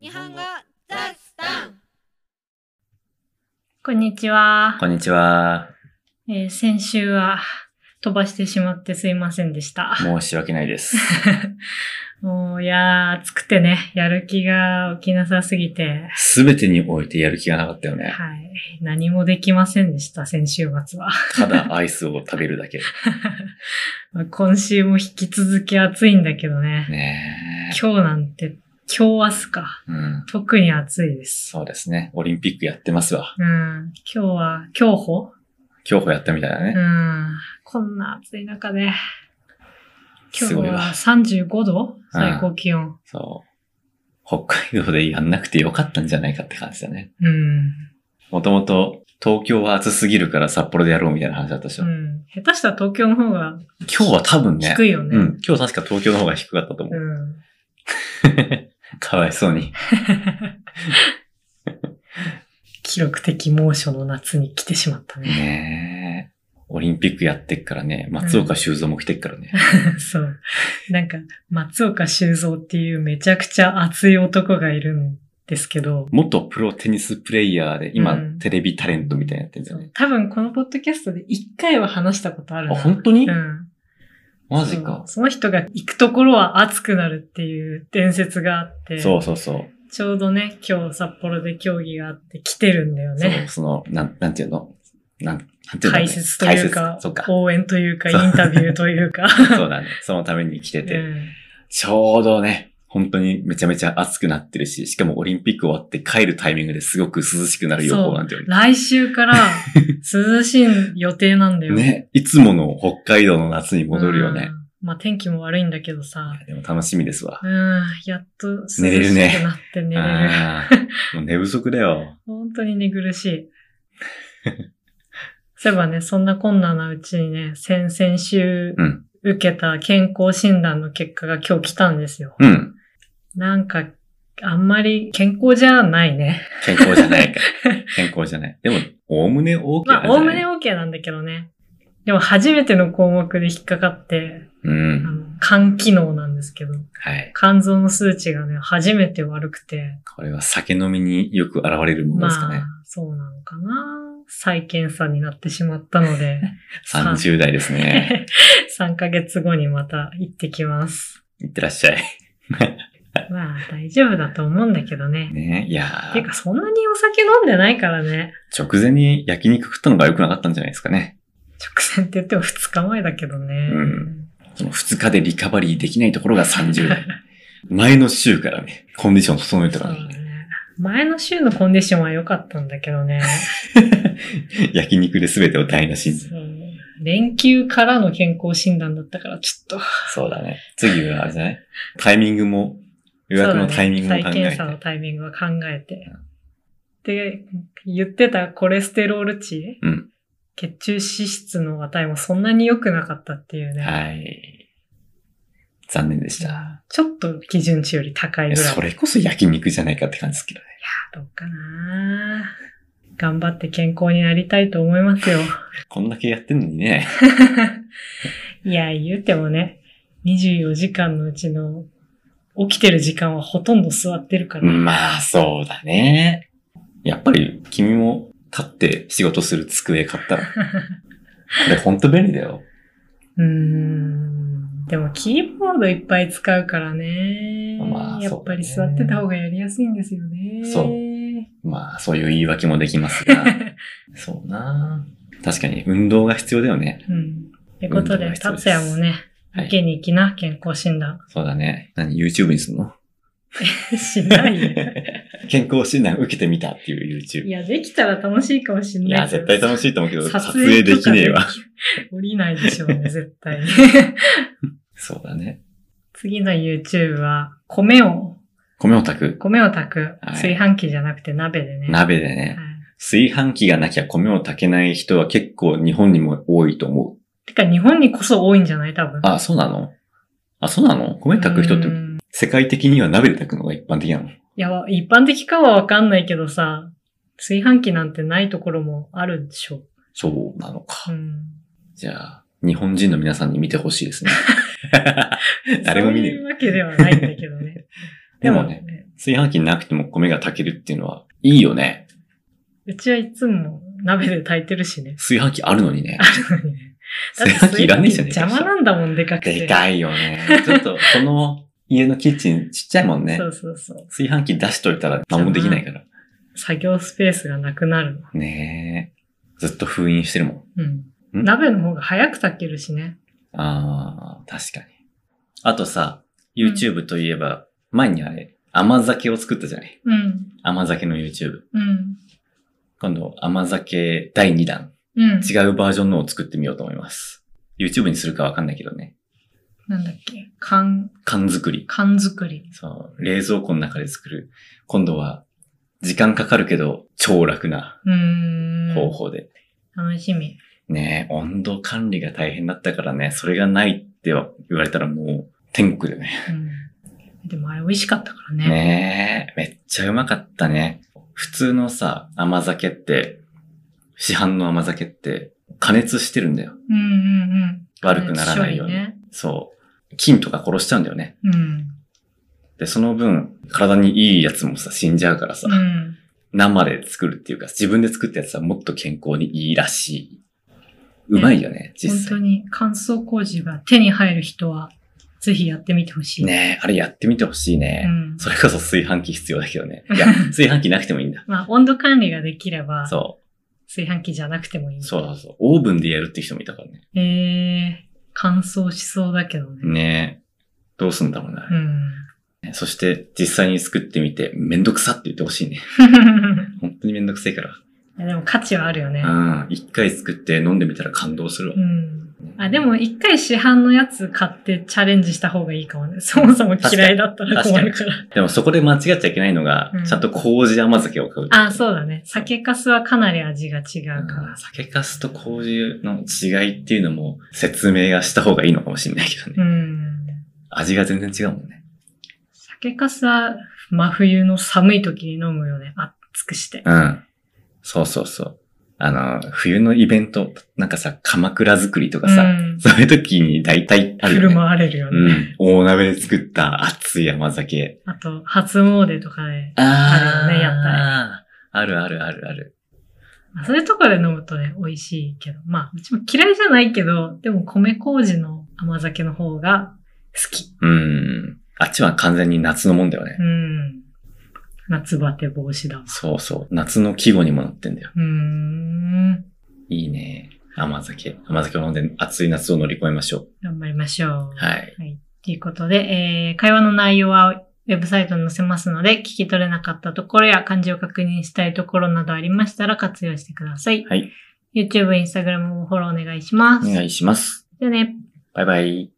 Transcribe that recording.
日本語ザスタンこんにちは、こんにちは。えー先週は飛ばしてしまってすいませんでした。申し訳ないです。もう、いやー、暑くてね、やる気が起きなさすぎて、すべてにおいてやる気がなかったよね。はい。何もできませんでした、先週末は。ただアイスを食べるだけ。まあ今週も引き続き暑いんだけどね。ね今日なんて、今日明日か。え。うん。特に暑いです。そうですね。オリンピックやってますわ。うん。今日は、競歩競歩やったみたいだうね。ん。こんな暑い中で。今日すごいはわ。 35度最高気温。そう。北海道でやんなくてよかったんじゃないかって感じだね。うん。もともと東京は暑すぎるから札幌でやろうみたいな話だったでしょ。うん。下手したら東京の方が今日は多分ね。低いよね。うん。今日確か東京の方が低かったと思 うう。ん。かわいそうに。記録的猛暑の夏に来てしまったね。ねえ。オリンピックやってっからね。松岡修造も来てっからね。 そう。なんか、松岡修造っていうめちゃくちゃ熱い男がいるんですけど、元プロテニスプレイヤーで、今、うんテレビタレントみたいになってるんだよね。多分このポッドキャストで一回は話したことあるあ、な。本当に、うん。マジかそう。その人が行くところは熱くなるっていう伝説があって、そうそうそう。ちょうどね、今日札幌で競技があって来てるんだよそう、ね。その、なん、なんていうのなん、なんていうの、解説とい解うか説そうか。応援というか、そうインタビューという か。そうだね。そのために来てて、うんちょうどね、本当にめちゃめちゃ暑くなってるし、しかもオリンピック終わって帰るタイミングですごく涼しくなる予報なんてよね。来週から涼しい予定なんだよ。ね、いつもの北海道の夏に戻るよねう。ん。まあ天気も悪いんだけどさ。でも楽しみですわ。うん、やっと涼しく寝れるねなって寝れる。あ ーもう寝不足だよ。本当に寝苦しい。 そういえばね、そんな困難なうちにね、先々週うん受けた健康診断の結果が今日来たんですよ。うん。なんか、あんまり健康じゃないね。健康じゃないか。健康じゃない。でも、おおむね OK なんまじあ、ゃおおなむいね OK なんだけどね。でも初めての項目で引っかかって、うあん。の、肝機能なんですけど、はい。肝臓の数値がね、初めて悪くて、これは酒飲みによく現れるものまですかあね。、そうなのかな。再検査になってしまった ので、さん 30代ですね。 3ヶ月後にまた行ってきます。いってらっしゃい。まあ、大丈夫だと思うんだけどね。ねいやてーか、そんなにお酒飲んでないからね。直前に焼肉食ったのが良くなかったんじゃないですかね。直線って言っても2日前だけどね。うんその2日でリカバリーできないところが30代。 前の週からね、コンディション整えてそうただのにね、ね。前の週のコンディションは良かったんだけどね。焼肉で全てを台無しに。そう連休からの健康診断だったから、ちょっと。そうだね。次はあれじゃないタイミングも、予約のタイミングも考再え検て。査のタイミングは考えて。で、言ってたコレステロール値、うん血中脂質の値もそんなに良くなかったっていうね。はい。残念でした。ちょっと基準値より高いぐらいそれこそ焼肉じゃないかって感じですけどね。どうかな頑張って健康になりたいと思いますよ。こんだけやってんのにね。いや、言うてもね、24時間のうちの起きてる時間はほとんど座ってるから。まあ、そうだね。やっぱり君も立って仕事する机買 ったら。これほんと便利だよ。うーんでもキーボードいっぱい使うからね。まあやっぱりそ座うねってた方がやりやすいんですよね。そうまあ、そういう言い訳もできます が。そうな。確かに運動が必要だよね。うん。ってこと運動で、が必要です達也もね、はい受けに行きな、健康診断。そうだね。何 ?YouTube にするのしないよ。健康診断受けてみたっていう YouTube。いや、できたら楽しいかもしれないいや、絶対楽いしいと思うけけど、ど。撮影できねえわ。撮影とかでき。降りないでしょ うね、絶対に。そうだね。次の YouTube は、米を、米を炊く米を炊く。はい炊飯器じゃなくて鍋でね。鍋でね。はい。炊飯器がなきゃ米を炊けない人は結構日本にも多いと思う。てか、日本にこそ多いんじゃない多分。あ、そうなのあ、そうなの米炊く人ってうーん世界的には鍋で炊くのが一般的なのいや、一般的かはわかんないけどさ、炊飯器なんてないところもあるでしょ。そうなのうか。ん、じゃあ、日本人の皆さんに見てほ しいですね。誰も見ねそういうわけではないんだけどね。 え。でもね、、炊飯器なくても米が炊けるっていうのは、いいよね。うちはいつも鍋で炊いてるしね。炊飯器あるのにね。だって 炊飯器いらねえじゃねえか邪魔なんだもん、でかくて。でかいよね。ちょっと、この家のキッチンちっちゃいもんね そ。うそうそう。炊飯器出しといたら何もできないから。作業スペースがなくなるの。ねえ。ずっと封印してるもん。うん。ん鍋の方が早く炊けるしね。ああ、確かに。あとさ、YouTube といえば、前にあれ、甘酒を作ったじゃないうん。甘酒の YouTube。うん。今度、甘酒第2弾。うん。違うバージョンのを作ってみようと思います。YouTube にするかわかんないけどね。なんだっけ。缶、缶作り。缶作り。そう、冷蔵庫の中で作る。今度は、時間かかるけど、超楽なうーん。方法で。楽しみ。ねえ、温度管理が大変だったからね、それがないって言われたらもう、天国だよね。うん。でもあれ美味しかったからね。ねえ、めっちゃうまかったね。普通のさ、甘酒って、市販の甘酒って、加熱してるんだよ。うんうんうん。悪くならないように。加熱そう。菌とか殺しちゃうんだよね。処理ね。で、その分、体にいいやつもさ、死んじゃうからさ、うん。うん。生で作るっていうか、自分で作ったやつはもっと健康にいいらしい。うまいよね、本実当際。に乾燥工事が手に入る人は、ぜひやってみてほしい。。ねえ、あれやってみてほしいうね。ん。それこそ炊飯器必要だけど ね。いや、炊飯器なくてもいいんだ。まあ、温度管理ができれば、そう。炊飯器じゃなくてもいい。そうそうそう。オーブンでやるって人もいたからね。えー、乾燥しそうだけどね。ねえ。どうすんだろうな。うん。 そして、実際に作ってみて、めんどくさって言ってほしいね。本当にめんどくせえから。いやでも価値はあるよね。うん。一回作って飲んでみたら感動するわう。ん。あ、でも一回市販のやつ買ってチャレンジした方がいいかもね。そもそも嫌いだったら困るから。でもそこで間違っちゃいけないのが、うんちゃんと麹甘酒を買う。あ、そうだね。酒粕はかなり味が違ううからん。酒かすと麹の違いっていうのも説明がした方がいいのかもしれないけどね。うん。味が全然違うもんね。酒粕は真冬の寒い時に飲むよね。熱くして。うん。そうそうそう。あの、冬のイベント、なんかさ、鎌倉作りとかうさ、ん。そういう時に大体ある振よね。る舞われるようね。ん。大鍋で作った熱い甘酒。あと、初詣とかで。ああるよね屋ああるあるあるある。まあそういうとこで飲むとね、美味しいけど。まあ、うちも嫌いじゃないけど、でも米麹の甘酒の方が好き。うん。あっちは完全に夏のもんだよね。うん。夏バテ防止だわ。そうそう。夏の季語にもなってんだよ。うーん。いいね。甘酒。甘酒を飲んで暑い夏を乗り越えましょう。頑張りましょう。はい。ということで、えー会話の内容はウェブサイトに載せますので、聞き取れなかったところや漢字を確認したいところなどありましたら活用してください。はい。 YouTube、Instagram もフォローお願いしまおす。願いします。じゃあね。バイバイ。